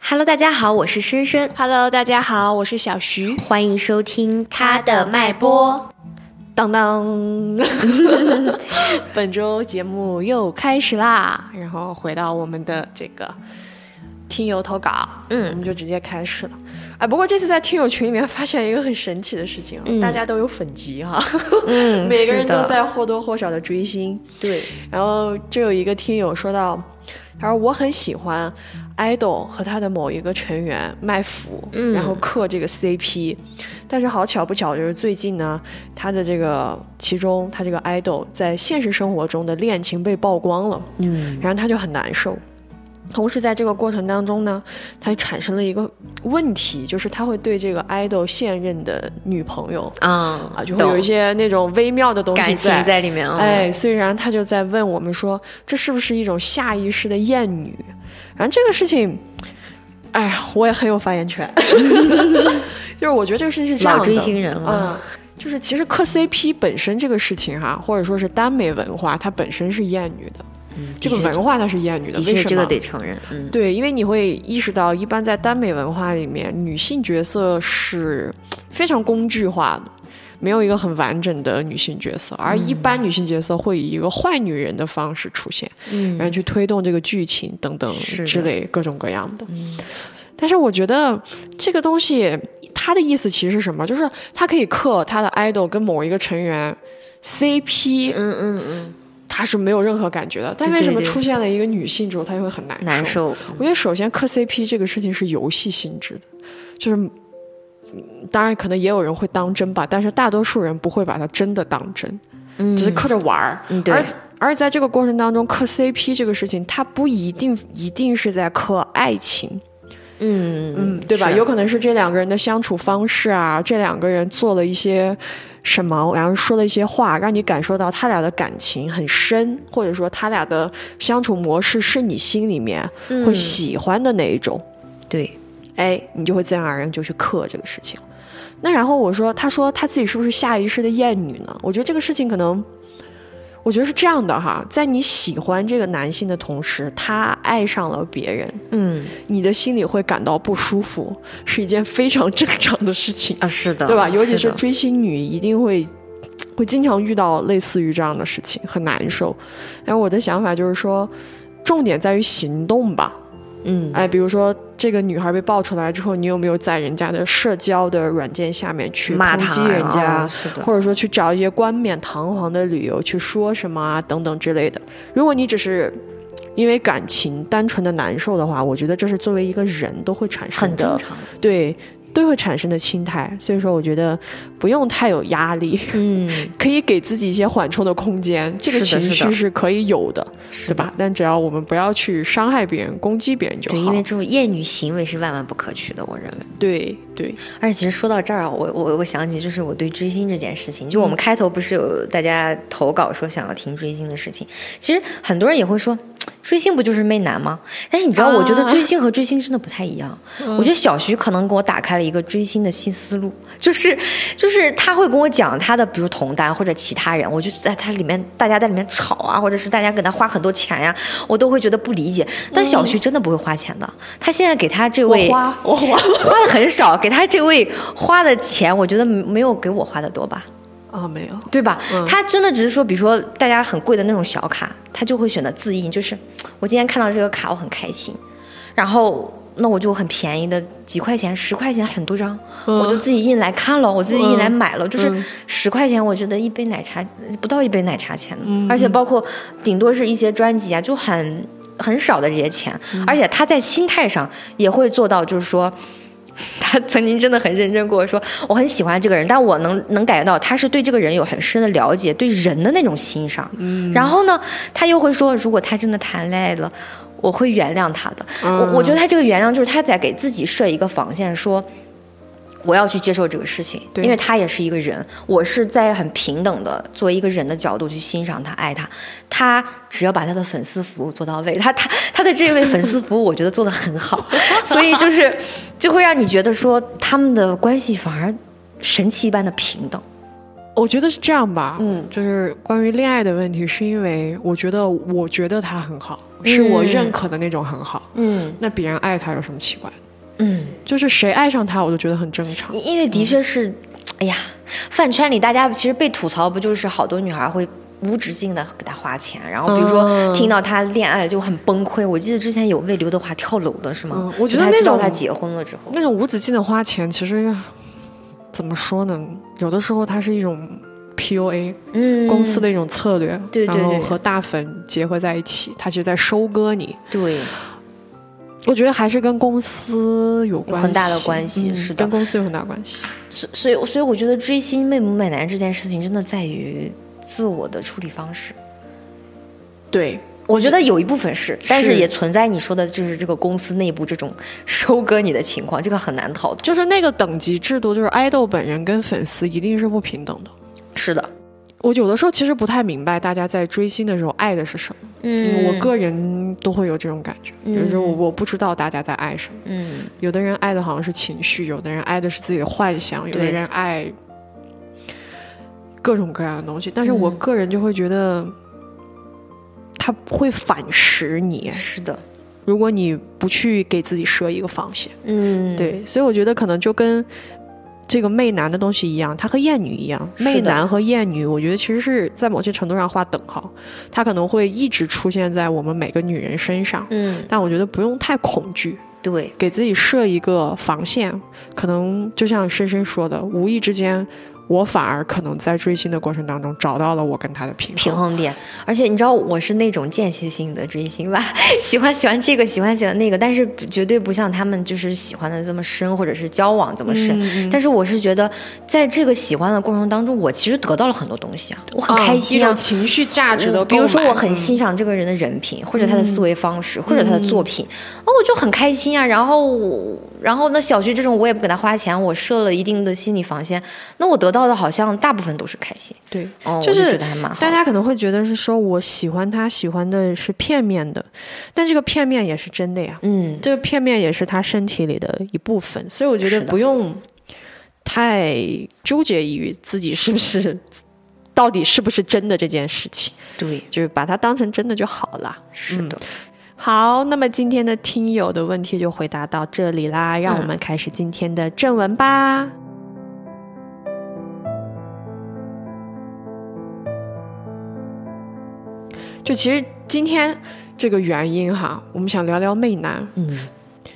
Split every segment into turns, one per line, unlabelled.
Hello，大家好，我是深深，
Hello，大家好，我是小徐。
欢迎收听他的脉搏。
当当，本周节目又开始啦。然后回到我们的这个听友投稿，我
嗯，
们就直接开始了。哎，不过这次在听友群里面发现一个很神奇的事情啊，
嗯
大家都有粉籍哈，
嗯
每个人
是
都
的
在或多或少的追星。
对，
然后就有一个听友说到，他说我很喜欢 idol 和他的某一个成员麦腐，
嗯
然后嗑这个 CP，但是好巧不巧，就是最近呢，他的这个其中他这个 idol 在现实生活中的恋情被曝光了，
嗯
然后他就很难受。同时，在这个过程当中呢，他产生了一个问题，就是他会对这个 idol 现任的女朋友
啊
啊，就会有一些那种微妙的东西
感情在里面。哦、
哎，所以然后他就在问我们说，这是不是一种下意识的厌女？然后这个事情，哎呀，我也很有发言权， 就是我觉得这个事情是这样
老
的，
追星人啊了。
嗯，就是其实磕 CP 本身这个事情哈、或者说是耽美文化，它本身是厌女的，
嗯
这个
的确
文化它是厌女的，
的
为
确
什么？
这个得承认。嗯，
对，因为你会意识到，一般在耽美文化里面，女性角色是非常工具化的，没有一个很完整的女性角色，而一
嗯
般女性角色会以一个坏女人的方式出现，然后去推动这个剧情等等
嗯是的嗯
之类各种各样的。但是我觉得这个东西，它的意思其实是什么？就是它可以克他的 idol 跟某一个成员 CP，
嗯嗯嗯，
他是没有任何感觉的。但
对
为
对
什么
对
出现了一个女性之后，他就会很
难受。
我觉得首先磕 CP 这个事情是游戏性质的，就是，嗯当然可能也有人会当真吧，但是大多数人不会把它真的当真，
嗯
只是磕着玩儿。
嗯，对
而，而在这个过程当中，磕 CP 这个事情，它不一定一定是在磕爱情，
嗯
嗯，对吧？
是
有可能是这两个人的相处方式啊，这两个人做了一些什么，然后说了一些话，让你感受到他俩的感情很深，或者说他俩的相处模式是你心里面会喜欢的那一种。
对，
哎，你就会自然而然就去克这个事情。那然后我说，他说他自己是不是下意识的厌女呢？我觉得这个事情可能，我觉得是这样的哈，在你喜欢这个男性的同时，他爱上了别人，
嗯
你的心里会感到不舒服，是一件非常正常的事情，
啊，是的，
对吧？尤其
是
是
的
追星女，一定会会经常遇到类似于这样的事情，很难受。但我的想法就是说，重点在于行动吧，
嗯
哎，比如说这个女孩被爆出来之后，你有没有在人家的社交的软件下面去
骂
抨击
他
人家，
哦是的，
或者说去找一些冠冕堂皇的理由去说什么啊等等之类的？如果你只是因为感情单纯的难受的话，我觉得这是作为一个人都会产生
很正
的，
常。
对，都会产生的心态。所以说，我觉得不用太有压力，
嗯，
可以给自己一些缓冲的空间，这个
是
情
的是
绪
的
是可以有的，
是
对吧？？但只要我们不要去伤害别人、攻击别人就
对，因
好
为。这种厌女行为是万万不可取的，我认为。
对对，
而且其实说到这儿啊，我我我想起就是我对追星这件事情，就我们开头不是有大家投稿说想要听追星的事情，其实很多人也会说。追星不就是媚男吗？但是你知道，我觉得
啊
追星和追星真的不太一样。我觉得小徐可能给我打开了一个追星的新思路，就是就是他会跟我讲他的，比如同担或者其他人，我就在他里面，大家在里面吵啊，或者是大家给他花很多钱呀、我都会觉得不理解。但小徐真的不会花钱的，他现在给他这位
花我 花
花的很少，给他这位花的钱，我觉得没有给我花的多吧，
啊、没有，
对吧？他真的只是说，比如说大家很贵的那种小卡，他就会选择自印，就是我今天看到这个卡，我很开心，然后那我就很便宜的几块钱、十块钱很多张，
嗯
我就自己印来看了，我自己印来买了，就是十块钱，我觉得一杯奶茶不到一杯奶茶钱的，
嗯
而且包括顶多是一些专辑啊，就很。很少的这些钱，
嗯
而且他在心态上也会做到，就是说，他曾经真的很认真跟我说，我很喜欢这个人，但我能能感觉到他是对这个人有很深的了解，对人的那种欣赏。然后呢，他又会说，如果他真的谈恋爱了，我会原谅他的。我我觉得他这个原谅就是他在给自己设一个防线，说。我要去接受这个事情，
对
因为他也是一个人，我是在很平等的作为一个人的角度去欣赏他、爱他。他只要把他的粉丝服务做到位， 他他他的这位粉丝服务，我觉得做得很好， 所以就是就会让你觉得说他们的关系反而神奇一般的平等。
我觉得是这样吧，
嗯，
就是关于恋爱的问题，是因为我觉得我觉得他很好，是我认可的那种很好，
嗯
那别人爱他有什么奇怪？
嗯，
就是谁爱上他，我都觉得很正常。
因因为的
嗯
确是，哎呀，饭圈里大家其实被吐槽不就是好多女孩会。无止境的给他花钱，然后比如说
嗯
听到他恋爱了就很崩溃。我记得之前有为刘德华跳楼的是吗？
嗯我觉得
就他
那
知道
种
他结婚了之后，
那种无止境的花钱，其实怎么说呢？有的时候它是一种 PUA
嗯，
公司的一种策略，
对对
然后
对
和大粉结合在一起，它其实在收割你。
对，
我觉得还是跟公司有关系，
很大的关系
嗯
是的
跟公司有很大关系。
所所以所以我觉得追星媚不媚男这件事情真的在于自我的处理方式。
对，
我觉得有一部分是，但是
是
也存在你说的，就是这个公司内部这种 收割你的情况，这个很难逃脱。
就是那个等级制度，就是爱豆本人跟粉丝一定是不平等的。
是的，
我有的时候其实不太明白，大家在追星的时候爱的是什么。
嗯
我个人都会有这种感觉，有时候我我不知道大家在爱什么。
嗯，
有的人爱的好像是情绪，有的人爱的是自己的幻想，有的
对
人爱各种各样的东西。但是
嗯
我个人就会觉得，他会反噬你，
是的，
如果你不去给自己设一个防线。
嗯，
对，所以我觉得可能就跟这个媚男的东西一样，它和厌女一样，
是的
媚男和厌女，我觉得其实是在某些程度上划等号，它可能会一直出现在我们每个女人身上，
嗯，
但我觉得不用太恐惧，
对，
给自己设一个防线，可能就像深深说的，无意之间，我反而可能在追星的过程当中找到了我跟他的平衡。
平衡点。而且你知道我是那种间歇性的追星吧， 喜欢喜欢这个，喜欢喜欢那个，但是绝对不像他们就是喜欢的这么深，或者是交往这么深。但是我是觉得，在这个喜欢的过程当中，我其实得到了很多东西啊，我很开
嗯一
心啊
种。情绪价值的
我
购买，嗯
比如说，我很欣赏这个人的人品，或者他的思维方式，或者他的作品，那、我就很开心啊。然后我，然后那小徐这种我也不给他花钱，我设了一定的心理防线，那我得到的好像大部分都是开心。
对，
哦，
就是
我觉得还蛮好。
大家可能会觉得是说我喜欢他，喜欢的是片面的，但这个片面也是真的呀，
嗯，
这个片面也是他身体里的一部分，所以我觉
是
得
的
不用太纠结于自己是不是 到底是不是真的这件事情，
对，
就是把它当成真的就好了。
是的，
好，那么今天的听友的问题就回答到这里
嗯
啦，让我们开始今天的正文吧。就其实今天这个原因哈，我们想聊聊媚男。
嗯，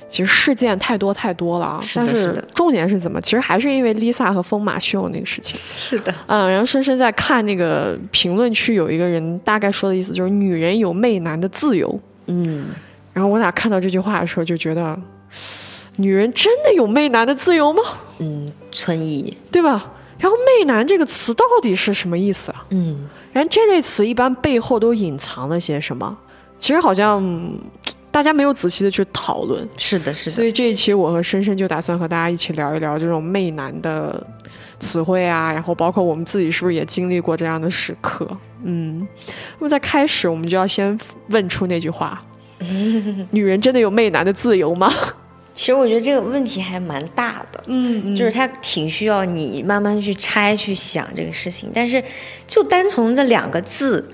其实事件太多太多了啊，
是的
但
是
是
的
重点是怎么？其实还是因为 Lisa 和风马秀那个事情。
是的，
嗯，然后深深在看那个评论区，有一个人大概说的意思就是女人有媚男的自由。
嗯，
然后我俩看到这句话的时候就觉得，女人真的有媚男的自由吗？
嗯，存疑，
对吧？然后“媚男”这个词到底是什么意思啊？
嗯，
然后这类词一般背后都隐藏了些什么？其实好像嗯大家没有仔细的去讨论，
是的，是
所
的，
以这一期我和深深就打算和大家一起聊一聊这种媚男的词汇啊，然后包括我们自己是不是也经历过这样的时刻？嗯，那么在开始我们就要先问出那句话： 女人真的有媚男的自由吗？
其实我觉得这个问题还蛮大的，
嗯，
就是它挺需要你慢慢去拆去想这个事情，但是就单从这两个字。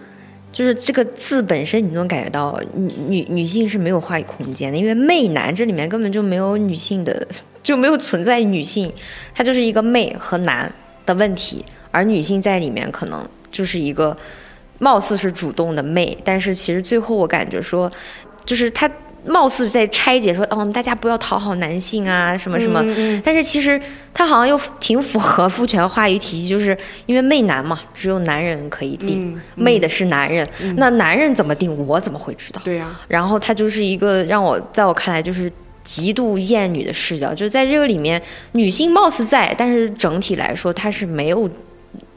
就是这个字本身，你能感觉到女女女性是没有话语空间的，因为媚男这里面根本就没有女性的， 就没有存在女性，它就是一个媚和男的问题，而女性在里面可能就是一个貌似是主动的媚，但是其实最后我感觉说，就是他貌似在拆解说，哦，大家不要讨好男性啊，什么什么，但是其实他好像又挺符合父权话语体系，就是因为媚男嘛，只有男人可以定，
嗯
媚的是男人，那男人怎么定，我怎么会知道？
对呀、啊
然后他就是一个让我在我看来就是极度厌女的视角，就是在这个里面，女性貌似在，但是整体来说她是没有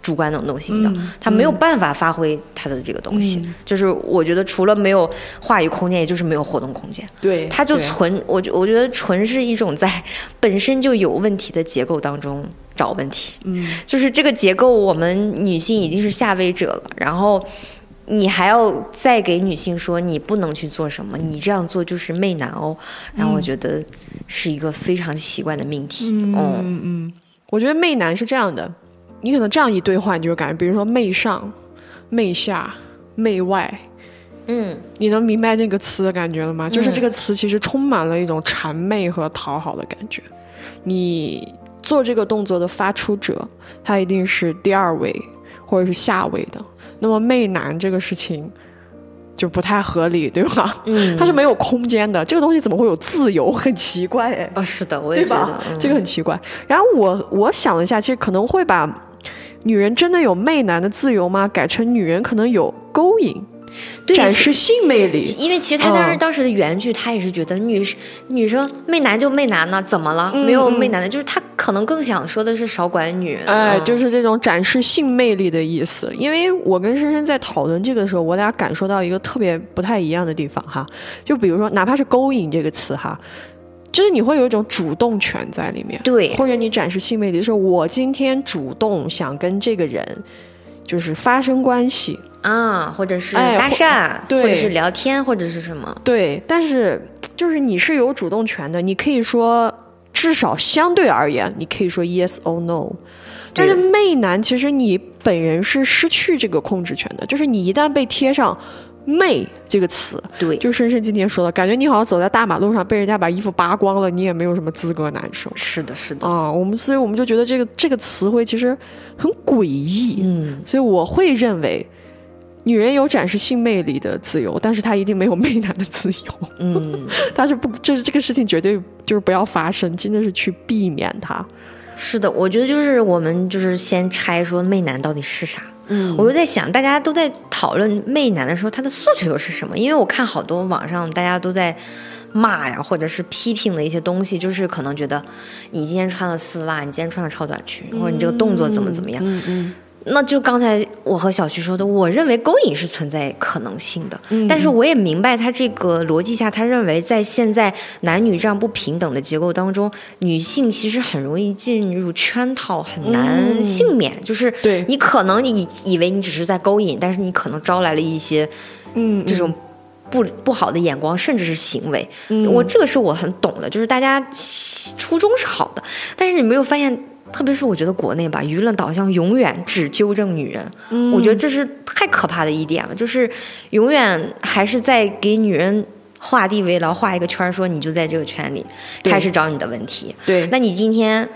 主观能动
嗯
性的，她没有办法发挥她的这个东西。就是我觉得除了没有话语空间，也就是没有活动空间，
对，
它就
对
纯我觉我觉得纯是一种在本身就有问题的结构当中找问题。
嗯，
就是这个结构，我们女性已经是下位者了，然后你还要再给女性说你不能去做什么，你这样做就是媚男哦，然后我觉得是一个非常奇怪的命题。嗯
我觉得媚男是这样的，你可能这样一对话，你就感觉，比如说媚上、媚下、媚外，
嗯，
你能明白这个词的感觉了吗？就是这个词其实充满了一种谄媚和讨好的感觉。你做这个动作的发出者，他一定是第二位或者是下位的。那么媚男这个事情就不太合理，对吧？
嗯，
它是没有空间的，这个东西怎么会有自由？很奇怪哎。
哦，是的，我
对
也觉
吧
得？，嗯
这个很奇怪。然后我我想了一下，其实可能会把“女人真的有媚男的自由吗”改成“女人可能有勾引，
对
展
其
示性魅力
因为其实他当时、
嗯
当时的原剧，他也是觉得女女生媚男就媚男呢，怎么了？没有媚男的，就是他可能更想说的是少管女人。”。
嗯哎，
嗯
就是这种展示性魅力的意思。因为我跟深深在讨论这个的时候，我俩感受到一个特别不太一样的地方哈。就比如说，哪怕是“勾引”这个词哈，就是你会有一种主动权在里面。
对，
或者你展示性魅力，就是我今天主动想跟这个人就是发生关系，
啊，或者是
哎
搭
或
讪，
对
或者是聊天，或者是什么？
对，但是就是你是有主动权的，你可以说至少相对而言，你可以说 yes or no。但是媚男其实你本人是失去这个控制权的，就是你一旦被贴上“媚”这个词，
对，
就深深今天说的，感觉你好像走在大马路上被人家把衣服扒光了，你也没有什么资格难受。
是的，是的，
啊、我们所以我们就觉得这个这个词汇其实很诡异，
嗯，
所以我会认为，女人有展示性魅力的自由，但是她一定没有媚男的自由。
嗯，
但是不，这这个事情绝对就是不要发生，真的是去避免它。
是的，我觉得就是我们就是先拆说媚男到底是啥。
嗯
我就在想，大家都在讨论媚男的时候，他的诉求是什么？因为我看好多网上大家都在骂呀，或者是批评的一些东西，就是可能觉得你今天穿了丝袜，你今天穿了超短裙，或者你这个动作怎么怎么样。
嗯嗯，
那就刚才我和小徐说的，我认为勾引是存在可能性的，但是我也明白他这个逻辑下，他认为在现在男女这样不平等的结构当中，女性其实很容易进入圈套，很难幸免。就是
对
你可能以以为你只是在勾引，但是你可能招来了一些
嗯嗯
这种不不好的眼光，甚至是行为。我这个是我很懂的，就是大家初衷是好的，但是你没有发现，特别是我觉得国内吧，舆论导向永远只纠正女人，
嗯
我觉得这是太可怕的一点了，就是永远还是在给女人。画地为牢，画一个圈儿，说你就在这个圈里
对
开始找你的问题。
对，
那你今天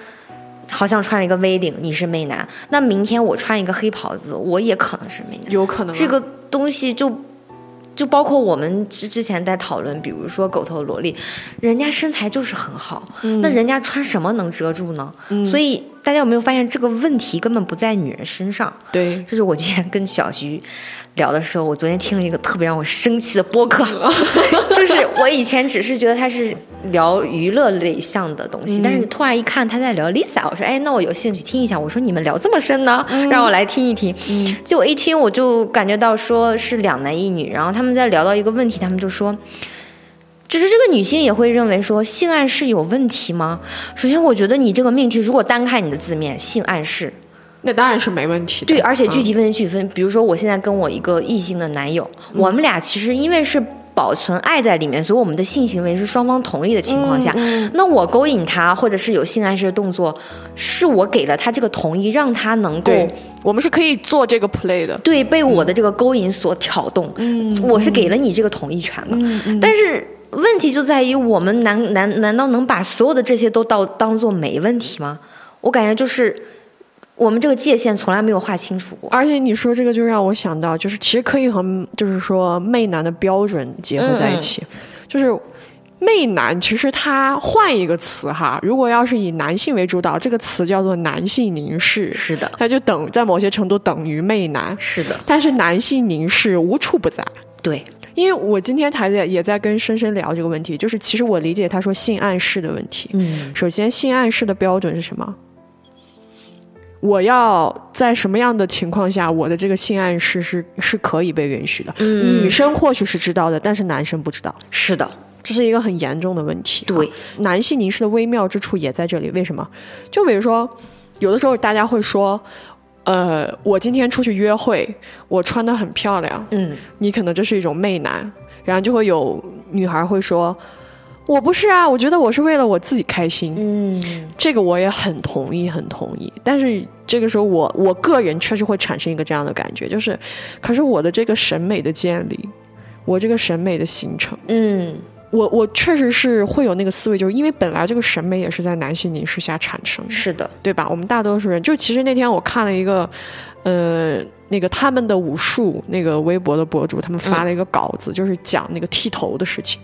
好像穿了一个 V 领，你是媚男；那明天我穿一个黑袍子，我也可能是媚男。
有可能啊
这个东西就就包括我们之之前在讨论，比如说狗头萝莉，人家身材就是很好，那人家穿什么能遮住呢？所以大家有没有发现这个问题根本不在女人身上？
对
这是我今天跟小徐聊的时候，我昨天听了一个特别让我生气的播客，就是我以前只是觉得他是聊娱乐类项的东西，但是你突然一看他在聊 Lisa，我说哎，那我有兴趣听一下。我说你们聊这么深呢，让我来听一听。结果一听我就感觉到说是两男一女，然后他们在聊到一个问题，他们就说。就是这个女性也会认为说性暗示有问题吗？首先，我觉得你这个命题如果单看你的字面，性暗示
那当然是没问题的。
对，而且具
嗯
体分具体分，比如说我现在跟我一个异性的男友，我们俩其实因为是保存爱在里面，所以我们的性行为是双方同意的情
嗯
况下，那我勾引他或者是有性暗示的动作，是我给了他这个同意，让他能够
对，我们是可以做这个 play 的。
对被我的这个勾引所挑动，
嗯
我是给了你这个同意权的，但是。问题就在于我们难难难道能把所有的这些都到当做没问题吗？我感觉就是我们这个界限从来没有划清楚过。
而且你说这个，就让我想到，就是其实可以和就是说媚男的标准结合在一起，就是。媚男其实它换一个词哈，如果要是以男性为主导，这个词叫做男性凝视，
是的，
它就等在某些程度等于媚男，
是的，
但是男性凝视无处不在。
对，
因为我今天还在也在跟深深聊这个问题，就是其实我理解他说性暗示的问题。
嗯，
首先，性暗示的标准是什么？我要在什么样的情况下，我的这个性暗示是是可以被允许的？
嗯
女生或许是知道的，但是男生不知道，
是的，啊
这是一个很严重的问题。
对，
男性凝视的微妙之处也在这里。为什么？就比如说，有的时候大家会说，呃，我今天出去约会，我穿的很漂亮，
嗯，
你可能这是一种媚男，然后就会有女孩会说。我不是啊，我觉得我是为了我自己开心，
嗯，
这个我也很同意，很同意。但是这个时候我，我个人确实会产生一个这样的感觉，就是，可是我的这个审美的建立，我这个审美的形成，
嗯
我我确实是会有那个思维，就是因为本来这个审美也是在男性凝视下产生的，
是的，
对吧？我们大多数人，就其实那天我看了一个，呃，那个他们的武术那个微博的博主，他们发了一个稿
嗯
子，就是讲那个剃头的事情，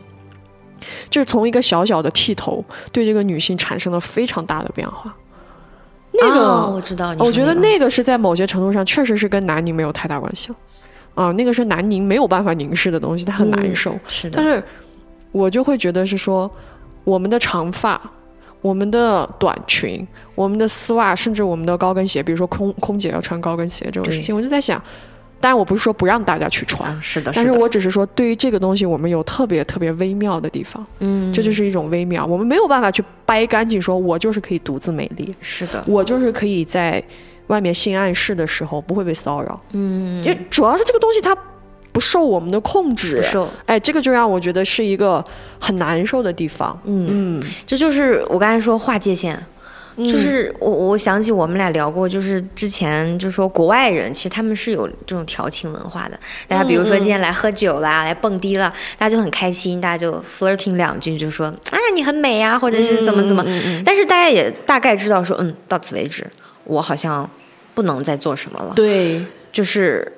就是从一个小小的剃头对这个女性产生了非常大的变化。那个、
啊我知道，你
我
说
觉得
个
那个是在某些程度上确实是跟南宁没有太大关系了啊、那个是南宁没有办法凝视的东西，它很难受。
嗯是
但
的，
是我就会觉得是说，我们的长发、我们的短裙、我们的丝袜，甚至我们的高跟鞋，比如说空空姐要穿高跟鞋这种事情，我就在想，当然我不是说不让大家去穿
啊，。是的，
但是
的
我只是说，对于这个东西，我们有特别特别微妙的地方，
嗯，
这就是一种微妙，我们没有办法去掰干净，说我就是可以独自美丽，
是的，
我就是可以在外面性暗示的时候不会被骚扰，嗯，就主要是这个东西它不受我们的控制，
不受，
哎，这个就让我觉得是一个很难受的地方。
嗯，这就是我刚才说划界限。嗯就是我，我想起我们俩聊过，就是之前就说国外人其实他们是有这种调情文化的，大家比如说今天来喝酒啦，来蹦迪了，大家就很开心，大家就 flirting 两句，就说啊你很美啊，或者是怎么怎么，但是大家也大概知道说，嗯，到此为止，我好像不能再做什么了，
对，
就是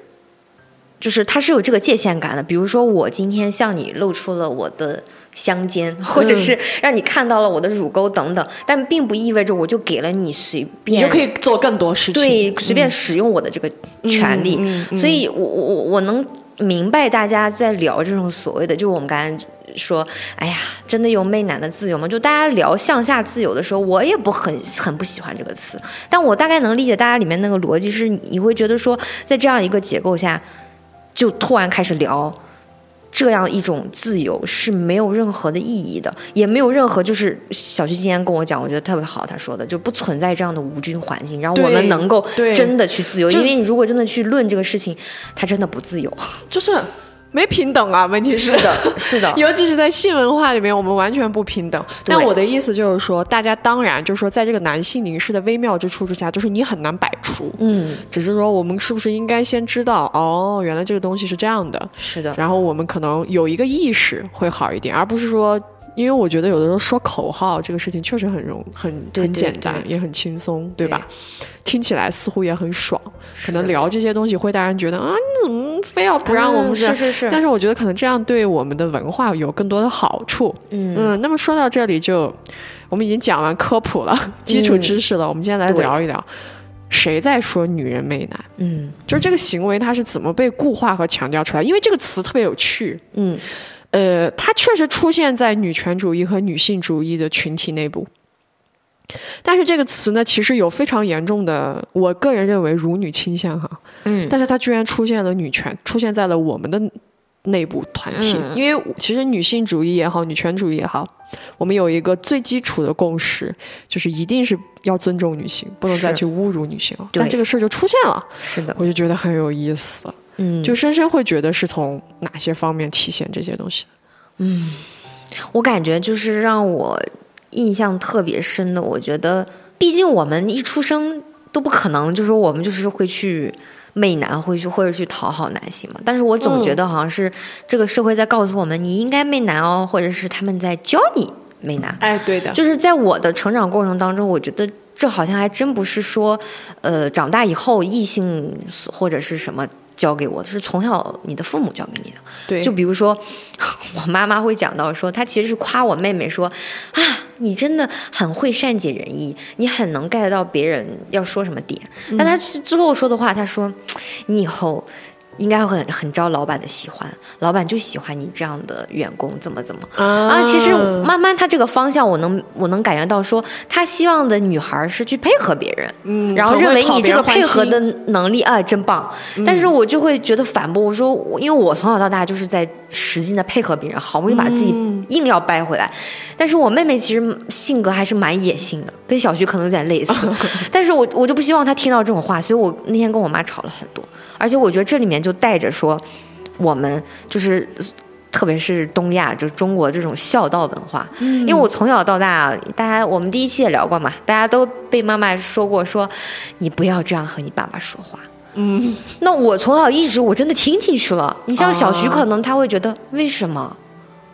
就是它是有这个界限感的。比如说，我今天向你露出了我的香肩，
嗯
或者是让你看到了我的乳沟等等，但并不意味着我就给了你随
你
便
就可以做更多事情。
对随便使用我的这个权利。所以我我我我能明白大家在聊这种所谓的，就我们刚才。说，哎呀，真的有媚男的自由吗？就大家聊向下自由的时候，我也不很很不喜欢这个词，但我大概能理解大家里面那个逻辑是，你会觉得说，在这样一个结构下，就突然开始聊这样一种自由是没有任何的意义的，也没有任何就是小徐今天跟我讲，我觉得特别好，他说的就不存在这样的无菌环境，让我们
对
能够
对
真的去自由，
就
因为你如果真的去论这个事情，它真的不 自由。
就是没平等啊，问题是。
的，是的
尤其是在性文化里面，我们完全不平等。
对
但我的意思就是说，大家当然就是说，在这个男性凝视的微妙之处之下，就是你很难摆除。
嗯，
只是说，我们是不是应该先知道，哦，原来这个东西是这样的，
是的，
然后我们可能有一个意识会好一点，而不是说，因为我觉得有的时候说口号这个事情确实很容很
对
很
对
简
对
单，也很轻松，对
对
吧？听起来似乎也很爽，
是
可
的
能聊这些东西会让人觉得啊，你怎么非要不让我们
嗯
这？
是是是，
但是我觉得可能这样对我们的文化有更多的好处。
嗯
那么说到这里就，我们已经讲完科普了， 基础知识了，我们今天来
嗯对
聊一聊，谁在说女人媚男？
嗯
就是这个行为它是怎么被固化和强调出来？因为这个词特别有趣，
嗯，
呃，它确实出现在女权主义和女性主义的群体内部。但是这个词呢，其实有非常严重的，我个人认为辱女倾向哈。
嗯，
但是它居然出现了女权，出现在了我们的内部团体，
嗯
因为其实女性主义也好，女权主义也好，我们有一个最基础的共识，就是一定是要尊重女性，不能再
是
去侮辱女性了。
对
但这个事儿就出现了，
是的，
我就觉得很有意思。
嗯，
就深深会觉得是从哪些方面体现这些东西的。
我感觉就是让我印象特别深的，我觉得，毕竟我们一出生都不可能，就是说我们就是会去媚男，会去或者去讨好男性嘛。但是我总觉得好像是这个社会在告诉我们，你应该媚男哦，或者是他们在教你媚男。
哎，对的，
就是在我的成长过程当中，我觉得这好像还真不是说，呃，长大以后异性或者是什么教给我的，是从小你的父母教给你的。
对，
就比如说， 我妈妈会讲到说，她其实是夸我妹妹说啊，你真的很会善解人意，你很能 get 到别人要说什么点。但她之之后说的话，她说你以后。应该会很很招老板的喜欢，老板就喜欢你这样的员工，怎么怎么啊？
啊
其实慢慢他这个方向，我能我能感觉到说，他希望的女孩是去配合别人，
嗯
然后认为你这个配合，
总会讨别
的
人欢心嗯
能力啊真棒，但是我就会觉得反驳，我说我因为我从小到大就是在使劲的配合别人，好不容易把自己
嗯
硬要掰回来，但是我妹妹其实性格还是蛮野性的，跟小徐可能有点类 似，但是我我就不希望她听到这种话，所以我那天跟我妈吵了很多，而且我觉得这里面就带着说我们就是。特别是东亚，就中国这种孝道文化。因为我从小到大，大家我们第一期也聊过嘛，大家都被妈妈说过说，你不要这样和你爸爸说话。嗯，那我从小一直我真的听进去了。你像小徐，
啊
可能他会觉得、为什么，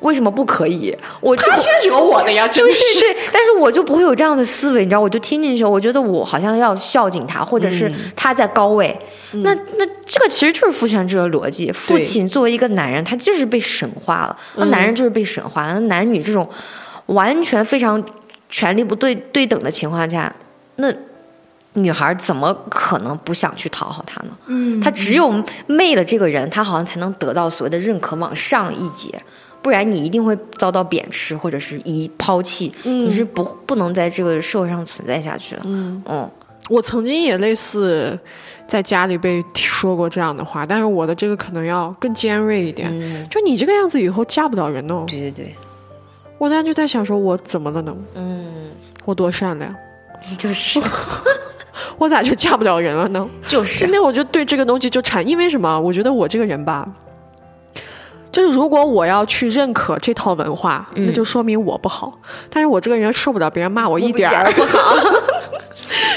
为什么不可以？我就
他现在惹我的呀，真的
对
是。
对对，但是我就不会有这样的思维，你知道，我就听进去，我觉得我好像要孝敬他，或者是他在高位。那那这个其实就是父权制的逻辑。父亲作为一个男人，他就是被神化了，那男人就是被神化了。那男女这种完全非常权力不对对等的情况下，那。女孩怎么可能不想去讨好他呢？嗯，她只有媚了这个人，她好像才能得到所谓的认可，往上一节。不然你一定会遭到贬斥或者是一抛弃，你是不不能在这个社会上存在下去的。嗯
我曾经也类似在家里被说过这样的话，但是我的这个可能要更尖锐一点。就你这个样子，以后嫁不到人哦。
嗯对对对，
我当时就在想，说我怎么了呢？嗯，我多善良，
就是
我咋就嫁不了人了呢？
就是
今，天我就对这个东西就产，因为什么？我觉得我这个人吧，就是如果我要去认可这套文化，那就说明我不好。但是我这个人受不了别人骂嗯我一点儿，
不好。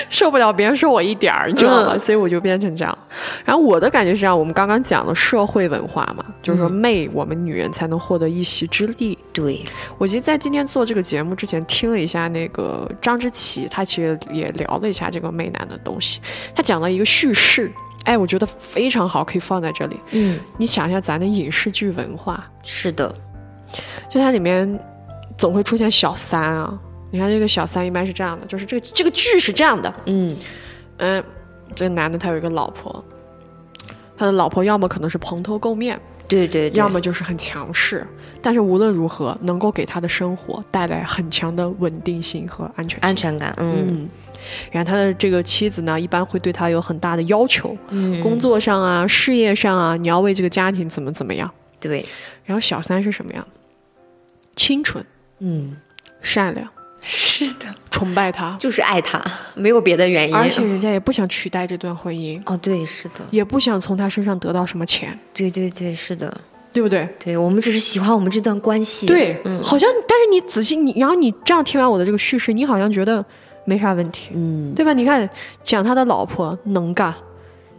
受不了别人说我一点儿，你知道吗？所以我就变成这样。然后我的感觉是这样，我们刚刚讲了社会文化嘛，就是说媚我们女人才能获得一席之地。
对，
我其实，在今天做这个节目之前，听了一下那个张之琪，他其实也聊了一下这个媚男的东西。他讲了一个叙事，哎，我觉得非常好，可以放在这里。
嗯，
你想一下咱的影视剧文化，
是的，
就它里面总会出现小三啊。你看这个小三一般是这样的，就是这个这个剧是这样的，
嗯，
嗯，这个男的他有一个老婆，他的老婆要么可能是蓬头垢面，
对对对，
要么就是很强势，但是无论如何能够给他的生活带来很强的稳定性和安全性。
安全感，嗯，
嗯，然后他的这个妻子呢，一般会对他有很大的要求，
嗯
工作上啊、事业上啊，你要为这个家庭怎么怎么样。
对，
然后小三是什么样？清纯、
嗯，
善良，
是的，
崇拜他，
就是爱他， 没有别的原
而且
因。
人家也不想取代这段婚姻，
哦，对，是的，
也不想从他身上得到什么钱，
对对对，是的，
对不对？
对我们只是喜欢我们这段关系。
对，
嗯
好像但是你仔细你，然后你这样听完我的这个叙事，你好像觉得没啥问题，
嗯，
对吧？你看讲他的老婆能干，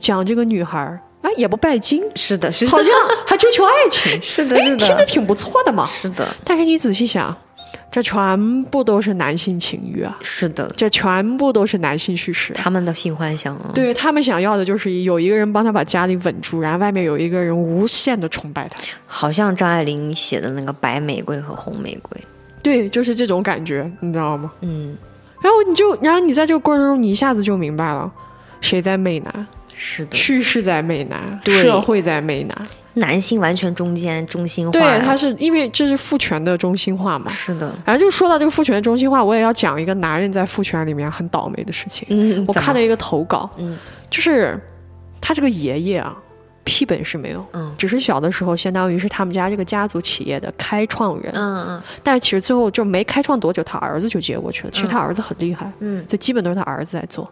讲这个女孩儿啊也不拜金，
是的，是的，
好像还追求爱情
是的，
哎，
是
听着
的，
挺不错的嘛。
是的，
但是你仔细想，这全部都是男性情欲啊，
是的，
这全部都是男性叙事。啊
他们的性幻想啊，
对他们想要的就是有一个人帮他把家里稳住，然后外面有一个人无限的崇拜他。
好像张爱玲写的那个《白玫瑰》和《红玫瑰》。
对，就是这种感觉，你知道吗？
嗯，
然后你就，然后你在这个过程中，你一下子就明白了，谁在媚男，
是的，
叙事在媚男，
对
社会在媚男。
男性完全中间中心化。
对，他是因为这是父权的中心化嘛。
是的，
然后就说到这个父权中心化，我也要讲一个男人在父权里面很倒霉的事情。
嗯
我看
了，
了一个投稿，
嗯
就是他这个爷爷啊，屁本事没有，
嗯
只是小的时候相当于是他们家这个家族企业的开创人，
嗯
但是其实最后就没开创多久，他儿子就接过去了。其实他儿子很厉害，
嗯
这基本都是他儿子在做。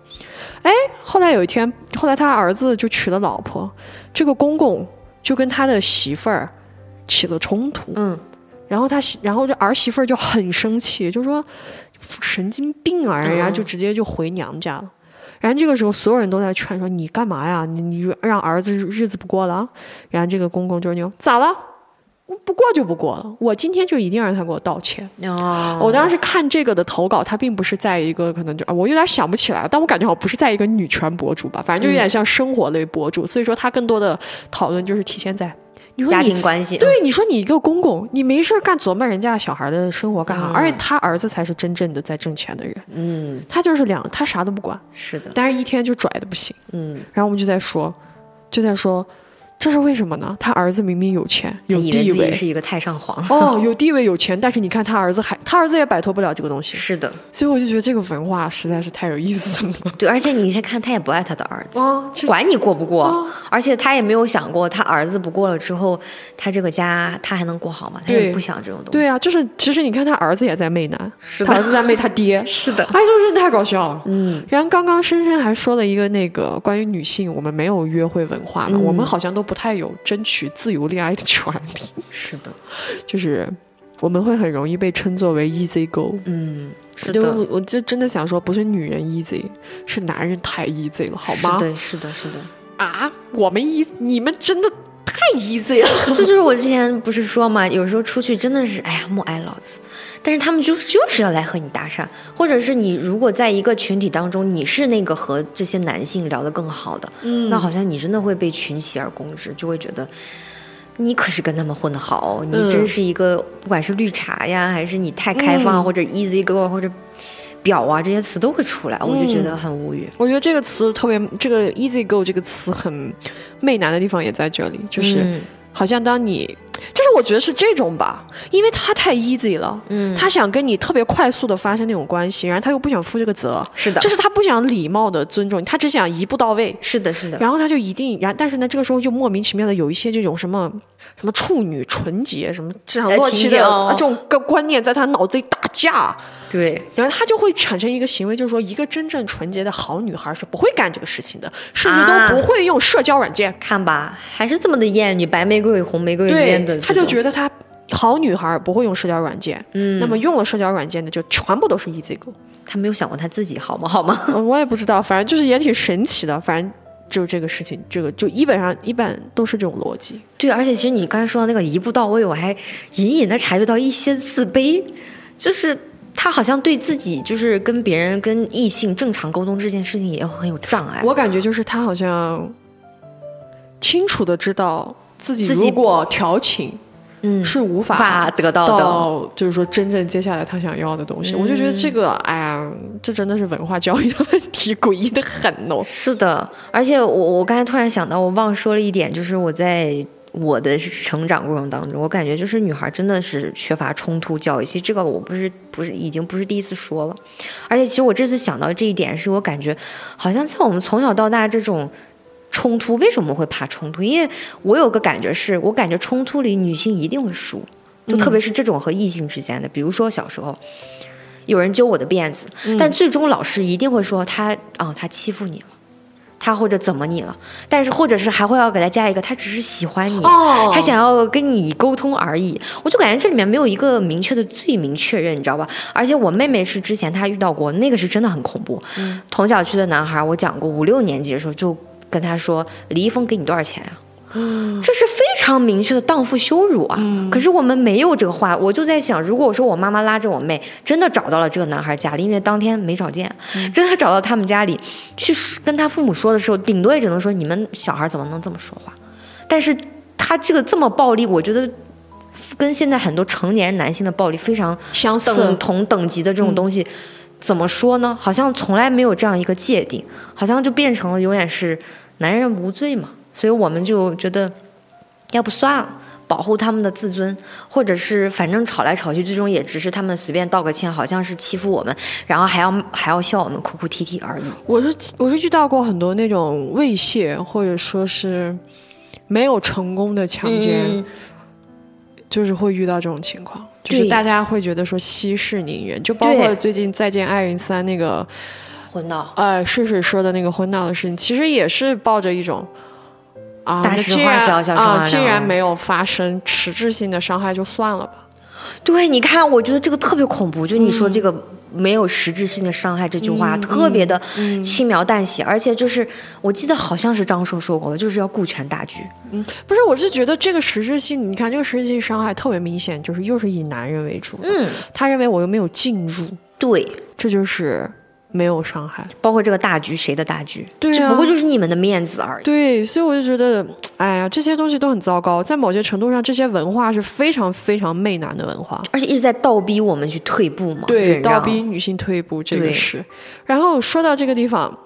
哎，后来有一天，后来他儿子就娶了老婆，这个公公就跟他的媳妇儿起了冲突，
嗯
然后他媳，然后这儿媳妇儿就很生气，就说神经病啊，
嗯
人家就直接就回娘家了。然后这个时候，所有人都在劝说你干嘛呀？你你让儿子日子不过了啊。然后这个公公就牛，咋了？不过就不过了，我今天就一定让他给我道歉。
嗯，哦，
我当时看这个的投稿，它并不是在一个可能就啊我有点想不起来了，但我感觉好像不是在一个女权博主吧，反正就有点像生活类博主，所以说它更多的讨论就是体现在你说
家
你。
庭关系，
对，你说你一个公公，你没事儿干琢磨人家小孩的生活干啥？而且他儿子才是真正的在挣钱的人，
嗯，
他就是两，他啥都不管，
是的，
但是一天就拽的不行。
嗯，
然后我们就在说，就在说，这是为什么呢？他儿子明明有钱
他
有
以为
地
自己
位，
是一个太上皇。
哦，有地位有钱，但是你看他儿子还，他儿子也摆脱不了这个东西。
是的，
所以我就觉得这个文化实在是太有意思 了。
对，而且你先看，他也不爱他的儿子，
啊，
管你过不过，
哦
而且他也没有想过，他儿子不过了之后，他这个家他还能过好吗？他也
对
不想这种东西。
对啊，就是其实你看他儿子也在媚男，
是
他儿
的，，
子在媚他爹
是的，
哎，就是太搞笑了。
嗯，
嗯然后刚刚深深还说了一个那个关于女性，我们没有约会文化嘛，我们好像都不不太有争取自由恋爱的权利，
是的，
就是我们会很容易被称作为 easy go。
嗯，是
就
的，
我我就真的想说，不是女人 easy，是男人太 easy 了，好吗？
对，是的，是的。
啊，我们 easy，你们真的太 easy 了。
这就是我之前不是说嘛，有时候出去真的是，哎呀，默哀老子。但是他们就就是要来和你搭讪，或者是你如果在一个群体当中，你是那个和这些男性聊得更好的， 嗯，那好像你真的会被群起而攻之，就会觉得你可是跟他们混得好，你
嗯
真是一个、不管是绿茶呀，还是你太开放、或者 easy go 啊或者表啊这些词都会出
嗯
来，我就觉得很无语。
我觉得这个词特别，这个 easy go 这个词很媚男的地方也在这里，就是、
嗯
好像当你，就是我觉得是这种吧，因为他太 easy 了，嗯，他想跟你特别快速的发生那种关系，然后他又不想负这个责，
是的
就是他不想礼貌的尊重你，他只想一步到位。
是的，是的，
然后他就一定，然但是呢，这个时候就莫名其妙的有一些这种什么什么处女纯洁什么这样
哎
乱
情
七
节
的、
哦
啊、这种个观念在他脑子里打架，
对，
然后他就会产生一个行为，就是说一个真正纯洁的好女孩是不会干这个事情的，甚至
啊
都不会用社交软件。
看吧，还是这么的艳女，白玫瑰与红玫瑰之间的
对
这，种，
他就觉得他好女孩不会用社交软件，嗯，那么用了社交软件的就全部都是 E easy go。
他没有想过他自己好吗？ 好吗？
嗯，我也不知道，反正就是也挺神奇的，反正。就这个事情，这个就基本上一般都是这种逻辑。
对，而且其实你刚才说的那个一步到位，我还隐隐的察觉到一些自卑，就是他好像对自己就是跟别人跟异性正常沟通这件事情也很有障碍。
我感觉就是他好像清楚的知道自己
自己
如果调情，
嗯
是无
无
法
法得到的，嗯
到就是说真正接下来他想要的东西。我就觉得这个，哎呀，这真的是文化教育的问题，诡异的很哦。
是的。而且我我刚才突然想到，我忘说了一点，就是我在。我的成长过程当中，我感觉就是女孩真的是缺乏冲突教育。其实这个我不是不是已经不是第一次说了，而且其实我这次想到这一点，是我感觉好像在我们从小到大这种冲突，为什么会怕冲突？因为我有个感觉是，我感觉冲突里女性一定会输，就特别是这种和异性之间的，比如说小时候。有人揪我的辫子，但最终老师一定会说他啊、他欺负你了，他或者怎么你了，但是或者是还会要给他加一个，他只是喜欢你，
哦
他想要跟你沟通而已。我就感觉这里面没有一个明确的罪名确认，你知道吧？而且我妹妹是之前她遇到过，那个是真的很恐怖。同小区的男孩，我讲过，五六年级的时候就跟他说：“李易峰给你多少钱呀、这是非常明确的荡妇羞辱啊！可是我们没有这个话，我就在想，如果我说我妈妈拉着我妹真的找到了这个男孩家里，因为当天没找见，真的找到他们家里去说跟他父母说的时候，顶多也只能说你们小孩怎么能这么说话？但是他这个这么暴力，我觉得跟现在很多成年男性的暴力非常
相
等同等级的这种东西，怎么说呢？好像从来没有这样一个界定，好像就变成了永远是男人无罪嘛。所以我们就觉得，要不算了，保护他们的自尊，或者是反正吵来吵去，最终也只是他们随便道个歉，好像是欺负我们，然后还要还要笑我们哭哭啼啼而已。
我是我是遇到过很多那种猥亵或者说是没有成功的强奸，
嗯
就是会遇到这种情况，就
对
是大家会觉得说息事宁人，就包括
对
最近《再见爱人三》那个
混到
呃睡睡说的那个婚闹的事情，其实也是抱着一种。啊，
大
那
事
既
化
然
小小事化
啊，
了
既然没有发生实质性的伤害，就算了吧。
对，你看，我觉得这个特别恐怖，就你说
嗯
这个。没有实质性的伤害这句话、特别的
嗯
轻描淡写，而且就是我记得好像是张硕说过吧，就是要顾全大局。
不是，我是觉得这个实质性，你看这个实质性伤害特别明显，就是又是以男人为主。嗯，他认为我又没有进入，
对，
这就是没有伤害。
包括这个大局谁的大局，
对啊
只不过就是你们的面子而已。
对，所以我就觉得，哎呀，这些东西都很糟糕。在某些程度上，这些文化是非常非常媚男的文化，
而且一直在倒逼我们去退步嘛，
对，
忍让
倒逼女性退步，这个
对
是。然后说到这个地方，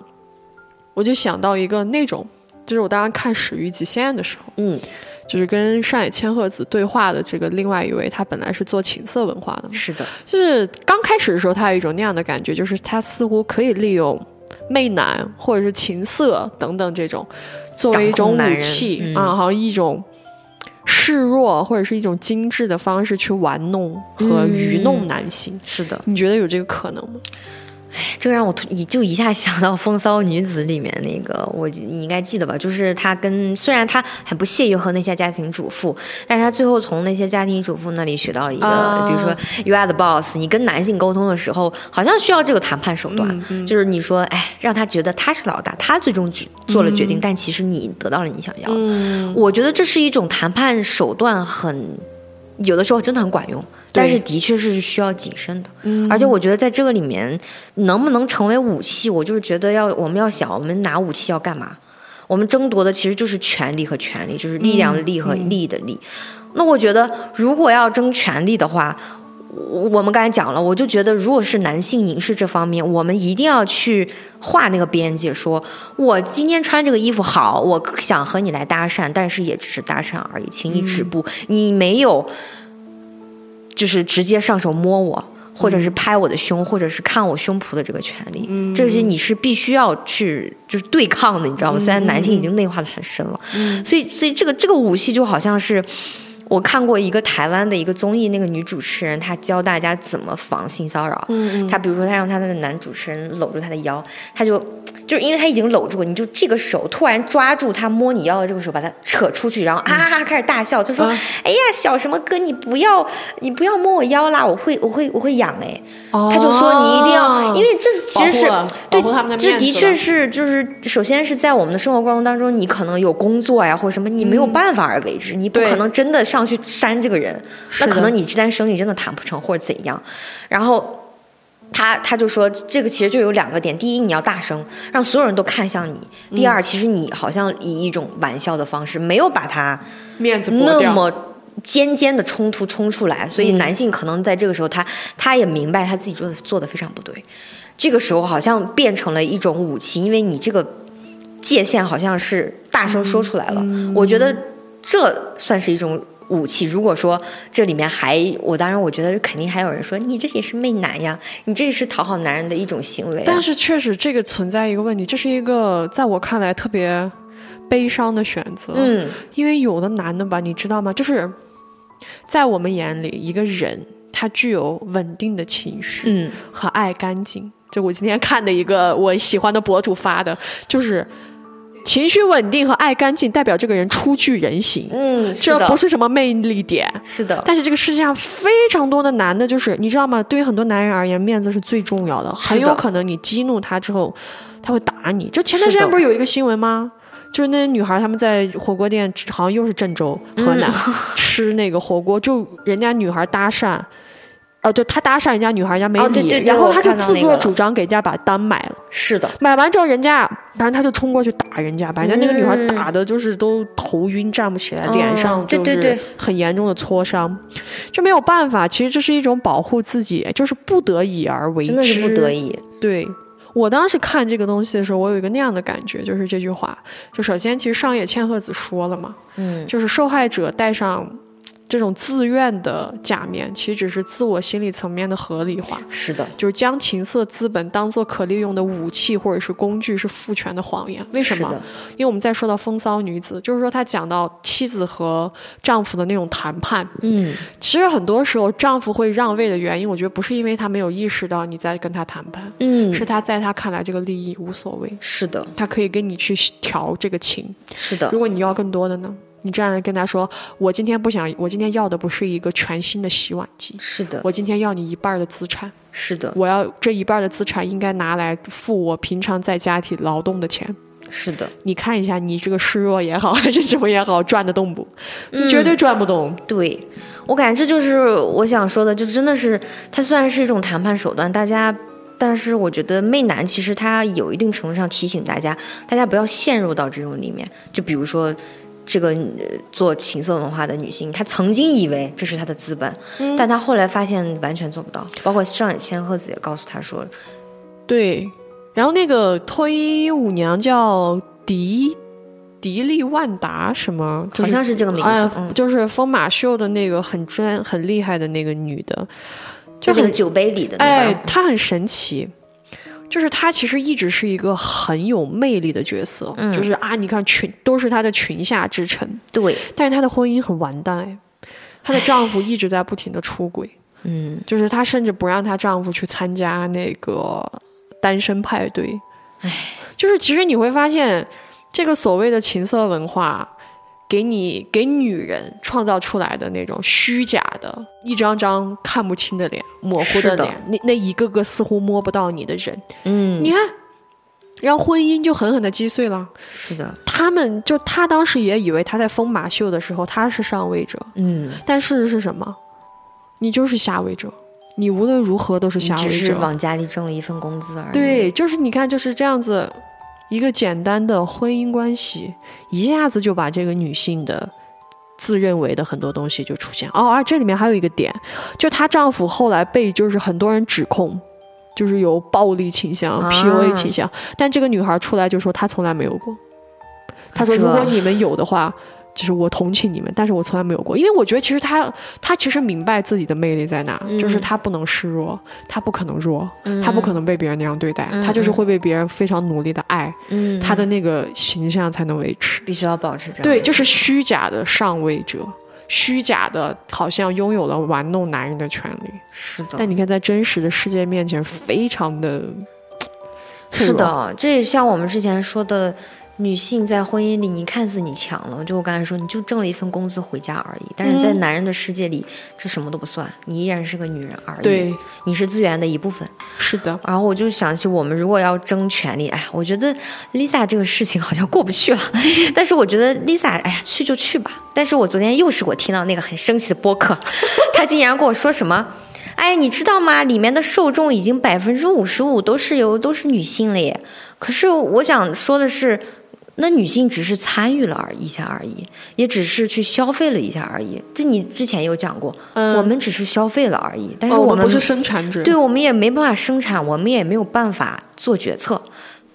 我就想到一个那种，就是我当时看《始于极限》的时候，
嗯，
就是跟上野千鹤子对话的这个另外一位，他本来是做情色文化的嘛，
是的，
就是刚开始的时候，他有一种那样的感觉，就是他似乎可以利用媚男或者是情色等等这种作为一种
掌控男
武
人
器、
嗯
啊，好像一种示弱或者是一种精致的方式去玩弄和愚弄男性。
是的。
嗯你觉得有这个可能吗？
这个让我突一就一下想到《风骚女子》里面那个，我你应该记得吧？就是她跟虽然她很不屑于和那些家庭主妇，但是她最后从那些家庭主妇那里学到一个，
啊
比如说 “you are the boss”，你跟男性沟通的时候，好像需要这个谈判手段，就是你说，哎，让他觉得他是老大，他最终决做了决定，但其实你得到了你想要的。我觉得这是一种谈判手段很有的时候真的很管用，但是的确是需要谨慎的。而且我觉得在这个里面，能不能成为武器，我就是觉得要我们要想，我们拿武器要干嘛？我们争夺的其实就是权力和权力，就是力量的力和力的力。那我觉得，如果要争权力的话，我我们刚才讲了，我就觉得，如果是男性影视这方面，我们一定要去画那个边界说，我今天穿这个衣服好，我想和你来搭讪，但是也只是搭讪而已，请你止步，你没有就是直接上手摸我。或者是拍我的胸，或者是看我胸脯的这个权利，这些你是必须要去就是对抗的，你知道吗？虽然男性已经内化的很深了，所以所以这个这个武器就好像是，我看过一个台湾的一个综艺，那个女主持人她教大家怎么防性骚扰。
嗯
她比如说她让她的男主持人搂住她的腰，她就就是因为她已经搂住了，你就这个手突然抓住她摸你腰的这个手，把她扯出去，然后啊啊啊开始大笑，就说：“
啊
哎呀，小什么哥，你不要你不要摸我腰啦，我会我会我会痒哎。”
哦
她就说：“你一定要，因为这其实是
保护了
对
保护他们的，
这
面子
的
了
确是就是，首先是在我们的生活过程当中，你可能有工作呀或者什么，你没有办法而为之，你不
对
可能真的上去扇这个人，那
的
可能你这单生意真的谈不成或者怎样。然后他他就说，这个其实就有两个点：第一，你要大声，让所有人都看向你；第
嗯
二，其实你好像以一种玩笑的方式，没有把它
面子剥
那
掉，嗯
么。尖尖的冲突冲出来，所以男性可能在这个时候他，他也明白他自己做的做的非常不对，这个时候好像变成了一种武器，因为你这个界限好像是大声说出来了，
嗯
我觉得这算是一种武器。如果说这里面还，我当然我觉得肯定还有人说你这也是媚男呀，你这也是讨好男人的一种行为啊、
但是确实这个存在一个问题，这是一个在我看来特别悲伤的选择。
嗯，
因为有的男的吧，你知道吗？就是在我们眼里，一个人他具有稳定的情绪，
嗯，
和爱干净。就我今天看的一个我喜欢的博主发的，就是情绪稳定和爱干净代表这个人初具人形，
嗯，是
这
的，
不是啊什么魅力点。
是的，
但是这个世界上非常多的男的，就是你知道吗？对于很多男人而言，面子是最重要的。很有可能你激怒他之后，他会打你。就前段时
是
间
的
不是有一个新闻吗？就是那些女孩她们在火锅店，好像又是郑州、河南、
嗯
吃那个火锅，就人家女孩搭讪，呃，对他搭讪人家女孩，人家没理，
哦对对对
然后他
我
就
看到
自
那个
作
了
主张给人家把单买了。
是的，
买完之后，人家反正他就冲过去打人家，把人家那个女孩打的就是都头晕站不起来，
嗯
脸上
对
就
对
是
对
很严重的挫伤，就没有办法。其实这是一种保护自己，就是不得已而为之。
真的是不得。已。
对我当时看这个东西的时候，我有一个那样的感觉，就是这句话。就首先，其实上野千鹤子说了嘛，
嗯，
就是受害者戴上。这种自愿的假面，其实只是自我心理层面的合理化。
是的，
就是将情色资本当做可利用的武器或者是工具是父权的谎言。为什
是
么
的？
因为我们在说到风骚女子，就是说她讲到妻子和丈夫的那种谈判，
嗯，
其实很多时候丈夫会让位的原因，我觉得不是因为他没有意识到你在跟他谈判，
嗯，
是他在他看来这个利益无所谓，
是的，
他可以跟你去调这个情。
是的，
如果你要更多的呢？你这样跟他说，我今天不想，我今天要的不是一个全新的洗碗机，
是的，
我今天要你一半儿的资产。
是的，
我要这一半的资产应该拿来付我平常在家里劳动的钱。
是的，
你看一下，你这个示弱也好，还是什么也好，赚得动不？
嗯
你绝对赚不动。
对。我感觉这就是我想说的，就真的是，它虽然是一种谈判手段，大家，但是我觉得媚男其实他有一定程度上提醒大家，大家不要陷入到这种里面。就比如说，这个呃做情色文化的女性，她曾经以为这是她的资本，但她后来发现完全做不到。包括上野千鹤子也告诉她说，
对。然后那个脱衣舞娘叫迪迪丽万达什么，就
好
是
像是这个名字，
哎
嗯，
就是疯马秀的那个很专很厉害的那个女的，就
那
很
个酒杯里的那
哎
个，，
她很神奇，就是她其实一直是一个很有魅力的角色，
嗯
就是啊，你看群都是她的群下之臣，
对，
但是她的婚姻很完蛋哎，她的丈夫一直在不停的出轨，
嗯，
就是她甚至不让她丈夫去参加那个单身派对。哎，就是其实你会发现，这个所谓的情色文化，给你给女人创造出来的那种虚假的、一张张看不清的脸、模糊
是的
脸，那那一个个似乎摸不到你的人，
嗯，
你看，让婚姻就狠狠的击碎了。
是的，
他们就他当时也以为他在疯马秀的时候他是上位者，
嗯，
但事实是什么？你就是下位者，你无论如何都是
你
下
只
位
是
者。
往家里挣了一份工资而已。，
对，就是你看就是这样子，一个简单的婚姻关系，一下子就把这个女性的。自认为的很多东西就出现哦，而这里面还有一个点，就她丈夫后来被就是很多人指控，就是有暴力倾向、
啊
PUA 倾向，但这个女孩出来就说她从来没有过，她说
这
如果你们有的话，就是我同情你们，但是我从来没有过，因为我觉得其实她她其实明白自己的魅力在哪，
嗯
就是她不能示弱，她不可能弱，她不可能被别人那样对待，她就是会被别人非常努力的爱，
嗯，
她的那个形象才能维持。
必须要保持这样。
对，就是虚假的上位者，虚假的好像拥有了玩弄男人的权利，
是的，
但你看在真实的世界面前，非常的。脆
是
弱
的，这也像我们之前说的，女性在婚姻里，你看似你强了，就我刚才说，你就挣了一份工资回家而已。但是
嗯
在男人的世界里，这什么都不算，你依然是个女人而已。
对，
你是资源的一部分。
是的，
然后我就想起，我们如果要争权利，哎，我觉得 Lisa 这个事情好像过不去了。 但是我觉得 Lisa，哎呀，去就去吧。但是我昨天又是我听到那个很生气的播客， 他竟然跟我说什么。哎，你知道吗？里面的受众已经百分之五十五都是由都是女性了耶。可是我想说的是，那女性只是参与了而一下而已，也只是去消费了一下而已。这你之前有讲过，我们只是消费了而已。但是
嗯哦我
们
不是生产者，
对我们也没办法生产，我们也没有办法做决策。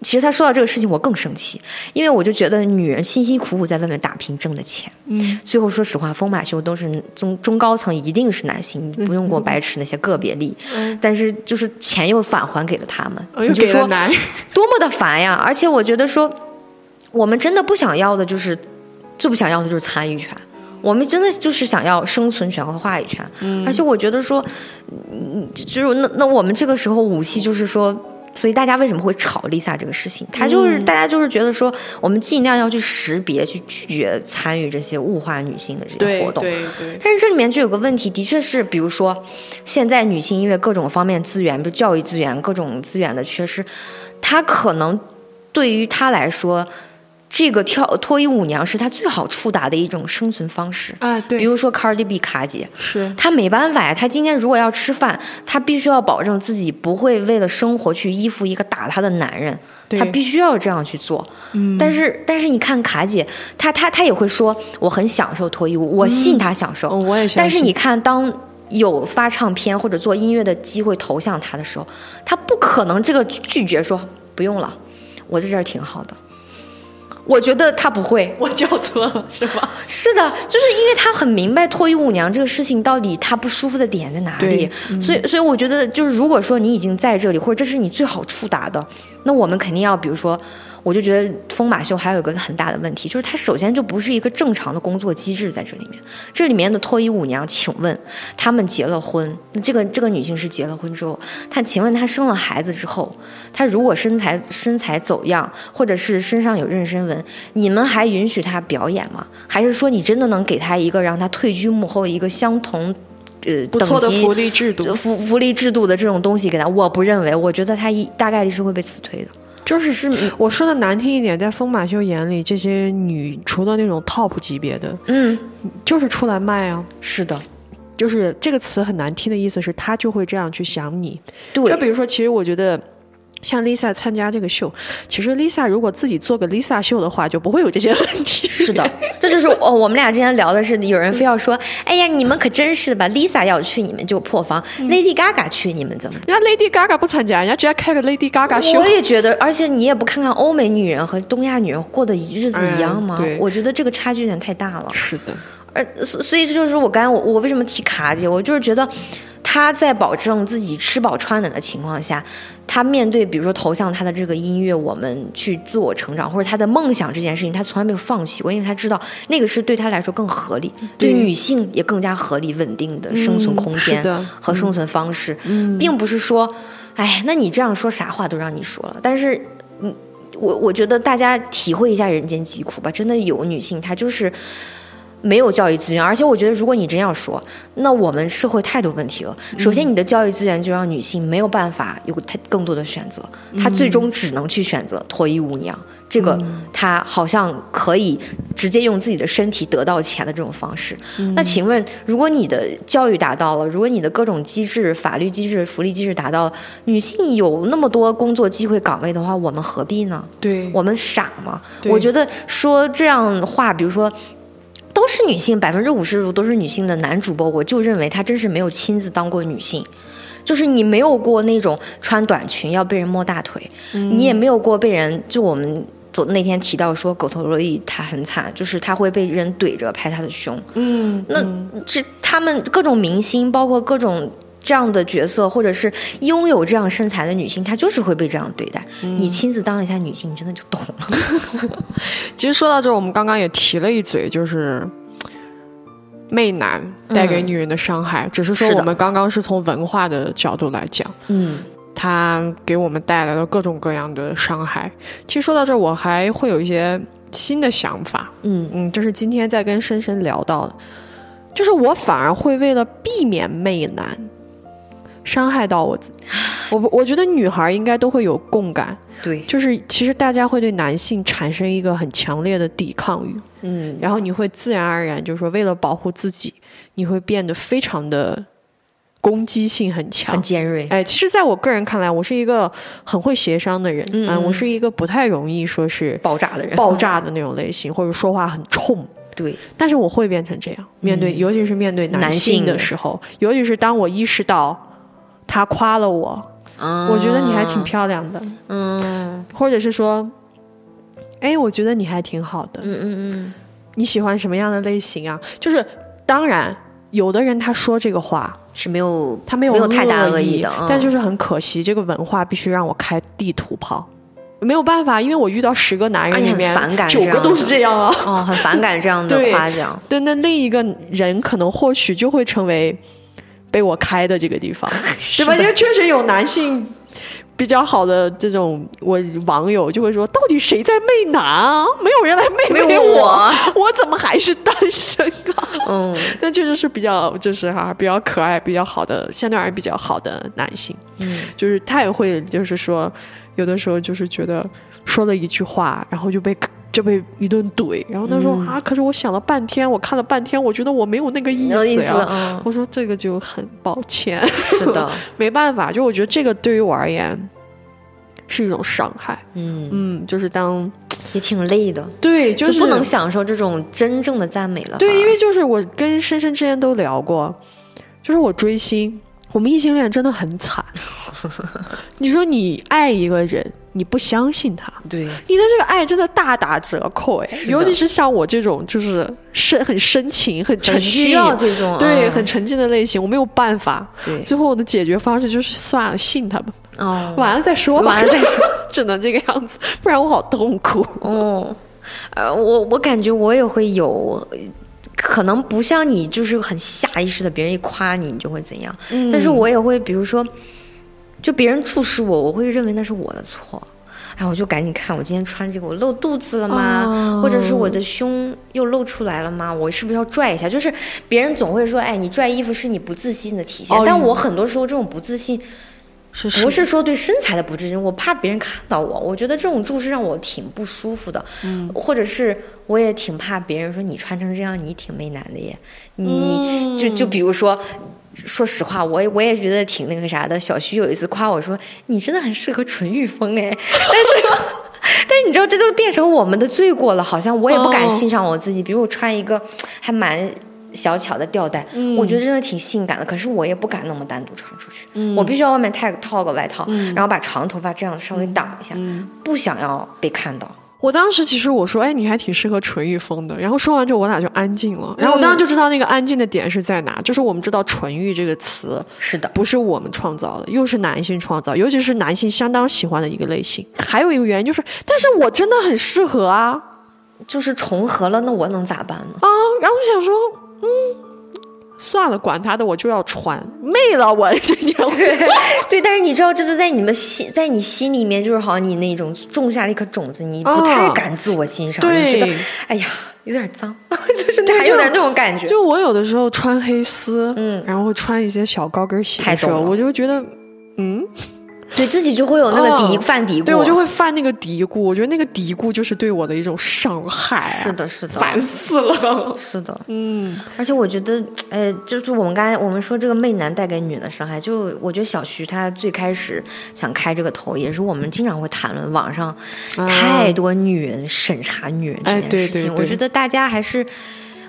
其实他说到这个事情，我更生气，因为我就觉得女人辛辛苦苦在外面打拼挣的钱，
嗯，
最后说实话，疯马秀都是中中高层一定是男性，
嗯
你不用给我白扯那些个别例，但是就是钱又返还给了他们，
哦又
你就
给了
说
男人，
多么的烦呀！而且我觉得说，我们真的不想要的就是，最不想要的就是参与权。我们真的就是想要生存权和话语权。而且我觉得说，嗯，就是那那我们这个时候武器就是说。所以大家为什么会吵 Lisa 这个事情？她就是、大家就是觉得说，我们尽量要去识别、去拒绝参与这些物化女性的这些活动。
对对，
但是这里面就有个问题，的确是，比如说，现在女性因为各种方面资源，比如教育资源、各种资源的缺失，她可能对于她来说，这个跳脱衣舞娘是她最好触达的一种生存方式。
啊，对，
比如说 Cardi B 卡姐，
是
她没办法呀，她今天如果要吃饭，她必须要保证自己不会为了生活去依附一个打她的男人，
对嗯
她必须要这样去做。但是但是你看卡姐，她她她也会说我很享受脱衣舞，我信她享受，
嗯我也相信
但是你看，当有发唱片或者做音乐的机会投向他的时候，他不可能这个拒绝说不用了，我在这儿挺好的。我觉得他不会，
我叫错了是吧？
是的，就是因为他很明白脱衣舞娘这个事情到底他不舒服的点在哪里
对，
所以所以我觉得就是如果说你已经在这里，或者这是你最好触达的，那我们肯定要比如说，我就觉得疯马秀还有一个很大的问题，就是它首先就不是一个正常的工作机制在这里面，这里面的脱衣舞娘，请问他们结了婚，那这个这个女性是结了婚之后，她请问她生了孩子之后，她如果身材身材走样，或者是身上有妊娠纹，你们还允许她表演吗？还是说你真的能给她一个让她退居幕后一个相同呃
不错
等
的
级
福利制度，
福福利制度的这种东西给她？我不认为，我觉得她一大概率是会被辞退的。
就是是我说的难听一点，在疯马秀眼里，这些女除了那种 top 级别的，
嗯，
就是出来卖啊。
是的，
就是这个词很难听的意思是，她就会这样去想你。就
对，
比如说，其实我觉得，像 Lisa 参加这个秀，其实 Lisa 如果自己做个 Lisa 秀的话，就不会有这些问题。
是 的，这就是哦，我们俩之前聊的是，有人非要说，哎呀，你们可真是的吧，Lisa 要去你们就破防、l
嗯
a d y Gaga 去你们怎么？
人家 Lady Gaga 不参加，人家直接开个 Lady Gaga 秀
我。也觉得，而且你也不看看欧美女人和东亚女人过的日子一样吗？
嗯对
我觉得这个差距有点太大了。
是的，
而呃所所以这就是我刚才我我为什么提卡姐，我就是觉得她在保证自己吃饱穿暖的情况下，她面对比如说投向她的这个音乐，我们去自我成长或者她的梦想这件事情，她从来没有放弃过，因为她知道那个是对她来说更合理，嗯对女性也更加合理稳定的生存空嗯
是
间
的
和生存方式，并不是说。哎，那你这样说啥话都让你说了，但是你我我觉得大家体会一下人间疾苦吧，真的有女性她就是。没有教育资源，而且我觉得，如果你真要说，那我们社会太多问题了。首先，你的教育资源就让女性没有办法有太更多的选择，她最终只能去选择脱衣舞娘。这个她好像可以直接用自己的身体得到钱的这种方式。那请问，如果你的教育达到了，如果你的各种机制、法律机制、福利机制达到了，女性有那么多工作机会岗位的话，我们何必呢？
对，
我们傻吗？
对
我觉得说这样话，比如说。都是女性，百分之五十都是女性的男主播，我就认为他真是没有亲自当过女性，就是你没有过那种穿短裙要被人摸大腿，你也没有过被人就我们昨那天提到说狗头罗伊他很惨，就是他会被人怼着拍他的胸，
嗯，
那这他们各种明星，包括各种这样的角色，或者是拥有这样身材的女性，她就是会被这样对待。你亲自当一下女性，你真的就懂了。
其实说到这儿，我们刚刚也提了一嘴，就是媚男带给女人的伤害，只是说
嗯是的
我们刚刚是从文化的角度来讲，
嗯
它给我们带来了各种各样的伤害。其实说到这儿，我还会有一些新的想法，
嗯
嗯，这是今天在跟深深聊到的，就是我反而会为了避免媚男伤害到我自己，我我觉得女孩应该都会有共感，
对，
就是其实大家会对男性产生一个很强烈的抵抗欲，
嗯
然后你会自然而然就是说为了保护自己，你会变得非常的攻击性很强，
很尖锐。
哎，其实在我个人看来，我是一个很会协商的人，嗯我是一个不太容易说是
爆炸的人，
爆炸的那种类型，或者说话很冲。
对，
但是我会变成这样，面对、尤其是面对
嗯男
性
性
的
的
时候，尤其是当我意识到他夸了我，我
我
觉得你还挺漂亮的，
啊嗯
或者是说，哎，我觉得你还挺好的，
嗯嗯
你喜欢什么样的类型啊？就是当然，有的人他说这个话，
嗯，是没有
他没有
没有太大
恶
恶
意
意的嗯
但就是很可惜，这个文化必须让我开地图炮。没有办法，因为我遇到十个男人
哎
里
很
面
反感
九
这
个
样
都
的
是这样啊。
哦，很反感这样的
对
夸奖。
对，那另一个人可能或许就会成为被我开的这个 地方，对吧？因为确实有男性比较好的这种我网友就会说，到底谁在媚男啊？没有人来媚
没
媚
有
我
我，
我怎么还是单身啊？
嗯
那确实是比较，就是哈、比较可爱、比较好的，相对而言比较好的男性，
嗯，
就是他也会，就是说，有的时候就是觉得说了一句话，然后就被就被一顿怼，然后他
嗯
说、啊，可是我想了半天，我看了半天，我觉得我没有那个意
有意
思
思，
呀、
嗯，
我说这个就很抱歉，
是的，
没办法，就我觉得这个对于我而言是一种伤害。
嗯，
嗯，就是当
也挺累的，
对，就是
不能享受这种真正的赞美了。
对，因
为
为就是我跟深深之前都聊过，就是我追星，我们异性恋真的很 惨。你说你爱一个人，你不相信他，
对，
你的这个爱真的大打折扣哎，
是的
尤其是像我这种就是深很深情、很沉
很
浸、
需要这种
对、
嗯
很沉浸的类型，我没有办法。
对
最后我的解决方式就是算了，信他吧，
哦，
完了再说吧，
完了再
说， 只能这个样子，不然我好痛苦。
哦，呃，我我感觉我也会有，呃可能不像你，就是很下意识的，别人一夸你，你就会怎样。但
嗯
是我也会，比如说，就别人注视我，我会认为那是我的错。哎，我就赶紧看，我今天穿这个，我露肚子了吗？或者是我的胸又露出来了吗？我是不是要拽一下？就是别人总会说，哎，你拽衣服是你不自信的体现。
哦
但我很多时候这种不自信，
是
不是说对身材的不自信，我怕别人看到我，我觉得这种注视让我挺不舒服的，或者是我也挺怕别人说你穿成这样，你挺媚男的耶，你、你就就比如说。说实话，我也我也觉得挺那个啥的。小徐有一次夸我说：“你真的很适合纯欲风哎。” 但是，但是你知道，这就变成我们的罪过了。好像我也不敢
哦
欣赏我自己。比如我穿一个还蛮小巧的吊带，我觉得真的挺性感的。可是我也不敢那么单独穿出去，我必须要外面套套个外套，然后把长头发这样稍微挡一下，不想要被看到。
我当时其实我说，哎，你还挺适合纯欲风的。然后说完之后，我俩就安静了。然后我当时就知道那个安静的点是在哪，就是我们知道“纯欲”这个词
是的，
不是我们创造的，又是男性创造，尤其是男性相当喜欢的一个类型。还有一个原因就是，但是我真的很适合啊
就是重合了，那我能咋办呢？
啊！然后我就想说，嗯，算了，管他的，我就要穿，妹了我这年我。
对，但是你知道，这是在你们心，在你心里面，就是好像你那种种下了一颗种子，你不太
啊
敢自我欣赏，你
对
觉得哎呀有点脏， 就是
对
还
就
有点那种感觉。
就我有的时候穿黑丝，
嗯
然后穿一些小高跟鞋
太
的时候，
懂了
我就觉得，嗯，
对自己就会有那个嘀
哦
犯嘀咕，
对我就会犯那个嘀咕，我觉得那个嘀咕就是对我的一种伤害、啊，
是的，是的，
烦死了。
是的，
嗯，
而且我觉得，呃，就是我们刚才我们说这个媚男带给女人的伤害，就我觉得小徐他最开始想开这个头，也是我们经常会谈论网上
啊
太多女人审查女人
哎
这件
对
事情，
对
我
对
觉得大家还是。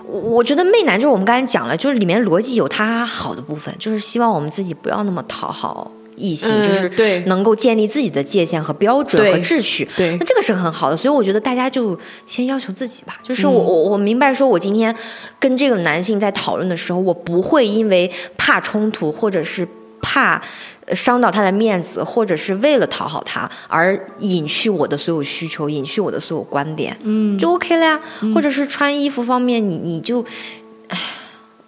我我觉得媚男就是我们刚才讲了，就是里面逻辑有它好的部分，就是希望我们自己不要那么讨好异性，
嗯
就是
对
能够建立自己的界限和标准和
对
秩序。
对
那这个是很好的，所以我觉得大家就先要求自己吧。就是我
嗯
我、我明白，说我今天跟这个男性在讨论的时候，我不会因为怕冲突或者是怕呃伤到他的面子，或者是为了讨好他而隐去我的所有需求，隐去我的所有观点，嗯，就 OK 了呀。或者是穿衣服方面，你你就。唉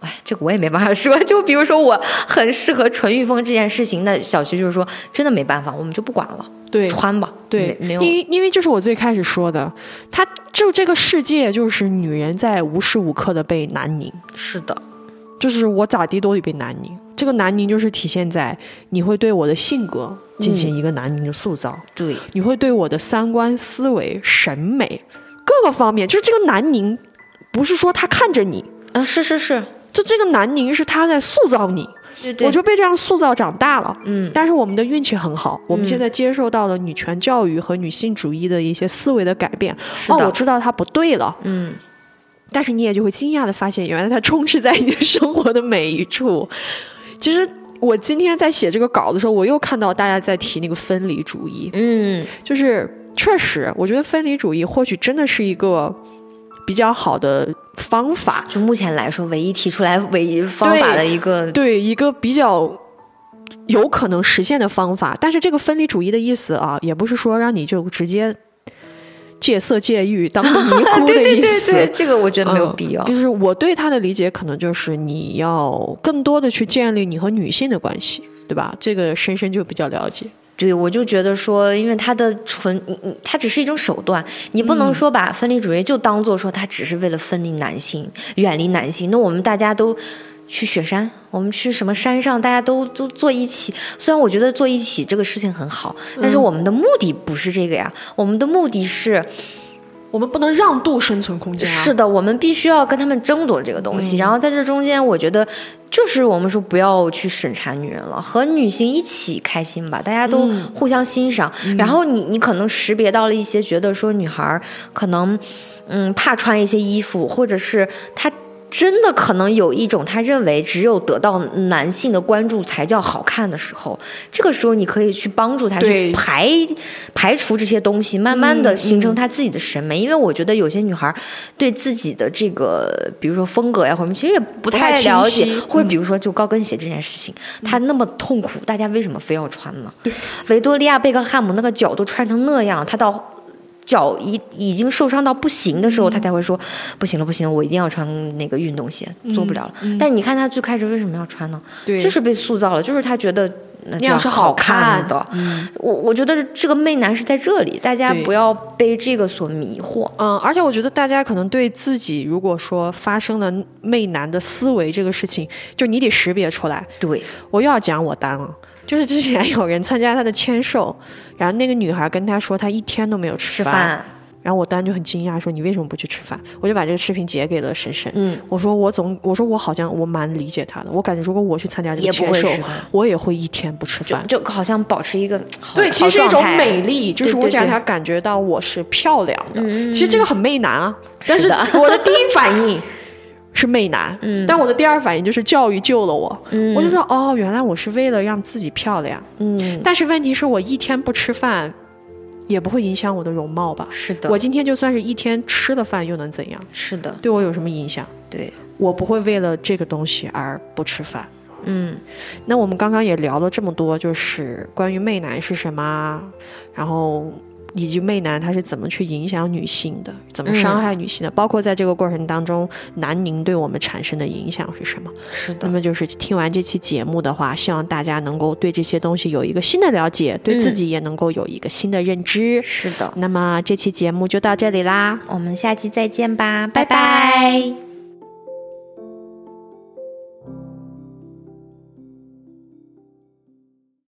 哎，这个我也没办法说。 就比如说，我很适合纯欲风这件事情，那小徐就是说，真的没办法，我们就不管了，
对
穿吧。
对，
没没有
因为因为就是我最开始说的，他就这个世界就是女人在无时无刻的被男凝，
是的，
就是我咋地都得被男凝。这个男凝就是体现在你会对我的性格进
嗯
行一个男凝的塑造，
对，
你会对我的三观、思维、审美各个方面，就是这个男凝，不是说他看着你，
啊，是是是，
就这个男凝是他在塑造你。
对对，
我就被这样塑造长大了。
嗯，
但是我们的运气很好，我们现在接受到了女权教育和女性主义的一些思维的改变。
是
哦，
的
我知道它不对了，
嗯，
但是你也就会惊讶的发现，原来它充斥在你的生活的每一处。其实我今天在写这个稿的时候，我又看到大家在提那个分离主义，
嗯，
就是确实，我觉得分离主义或许真的是一个比较好的方法，
就目前来说，唯一提出来唯一方法的一个，
对一个比较有可能实现的方法。但是这个分离主义的意思啊，也不是说让你就直接戒色戒 欲当个尼姑的
对
意
对
思。
对，这个我觉得没有
嗯
必要。
就是我对他的理解，可能就是你要更多的去建立你和女性的关系，对吧？这个深深就比较了解。
对，我就觉得说，因为它的纯，你你它只是一种手段，你不能说把分离主义就当做说它只是为了分离男性、远离男性。那我们大家都去雪山，我们去什么山上，大家都都坐一起。虽然我觉得坐一起这个事情很好，但是我们的目的不是这个呀，我们的目的是。
我们不能让渡生存空间啊！嗯
是的，我们必须要跟他们争夺这个东西。然后在这中间，我觉得就是我们说不要去审查女人了，和女性一起开心吧，大家都
嗯
互相欣赏。然后你你可能识别到了一些，觉得说女孩儿可能嗯怕穿一些衣服，或者是她。真的可能有一种她认为只有得到男性的关注才叫好看的时候，这个时候你可以去帮助她去
对
排排除这些东西，慢慢的形
嗯
成她自己的审美。因为我觉得有些女孩儿对自己的这个，比如说风格呀或者什么，其实也不
太
太
清
了解
晰。嗯
或者比如说就高跟鞋这件事情，她那么痛苦，大家为什么非要穿呢？维多利亚贝克汉姆那个脚都穿成那样，她到。脚已已经受伤到不行的时
嗯
候，她才会说不行了，不行了，我一定要穿那个运动鞋，做不了了。但你看她最开始为什么要穿呢？
嗯对
就是被塑造了，就是她觉得那
那样是
好
好看嗯
的。我我觉得这个媚男是在这里，大家
对
不要被这个所迷惑。
嗯，而且我觉得大家可能对自己如果说发生了媚男的思维这个事情，就你得识别出来，
对，
我又要讲我单了。就是之前有人参加他的签售，然后那个女孩跟他说她一天都没有
吃
吃
饭，
然后我单就很惊讶说你为什么不去吃饭？我就把这个视频截给了婶婶，
嗯，
我说我总我说我好像我蛮理解她的，我感觉如果我去参加这
也
个
不
签
会
售
吃饭，
我也会一天不吃饭。
就好像保持一个好
对，
好
其实是一
状
种
态
美丽，就是
对
我
对
想
对
让她感觉到我是漂亮的。其实这个很媚男啊，但
是
是
的
我的第一反应是媚男，嗯，但我的第二反应就是教育救了我，我就说哦，原来我是为了让自己漂亮，
嗯，
但是问题是我一天不吃饭，也不会影响我的容貌吧？
是的，
我今天就算是一天吃了饭又能怎样？
是的，
对我有什么影响？
对，
我不会为了这个东西而不吃饭。嗯，那我们刚刚也聊了这么多，就是关于媚男是什么啊，然后以及媚男他是怎么去影响女性的，怎么伤害女性的，包括在这个过程当中，南宁对我们产生的影响是什么。
是
那，么就是听完这期节目的话，希望大家能够对这些东西有一个新的了解，对自己也能够有一个新的认知。
是的。
那么这期节目就到这里啦。
我们下期再见吧，
拜
拜
拜
拜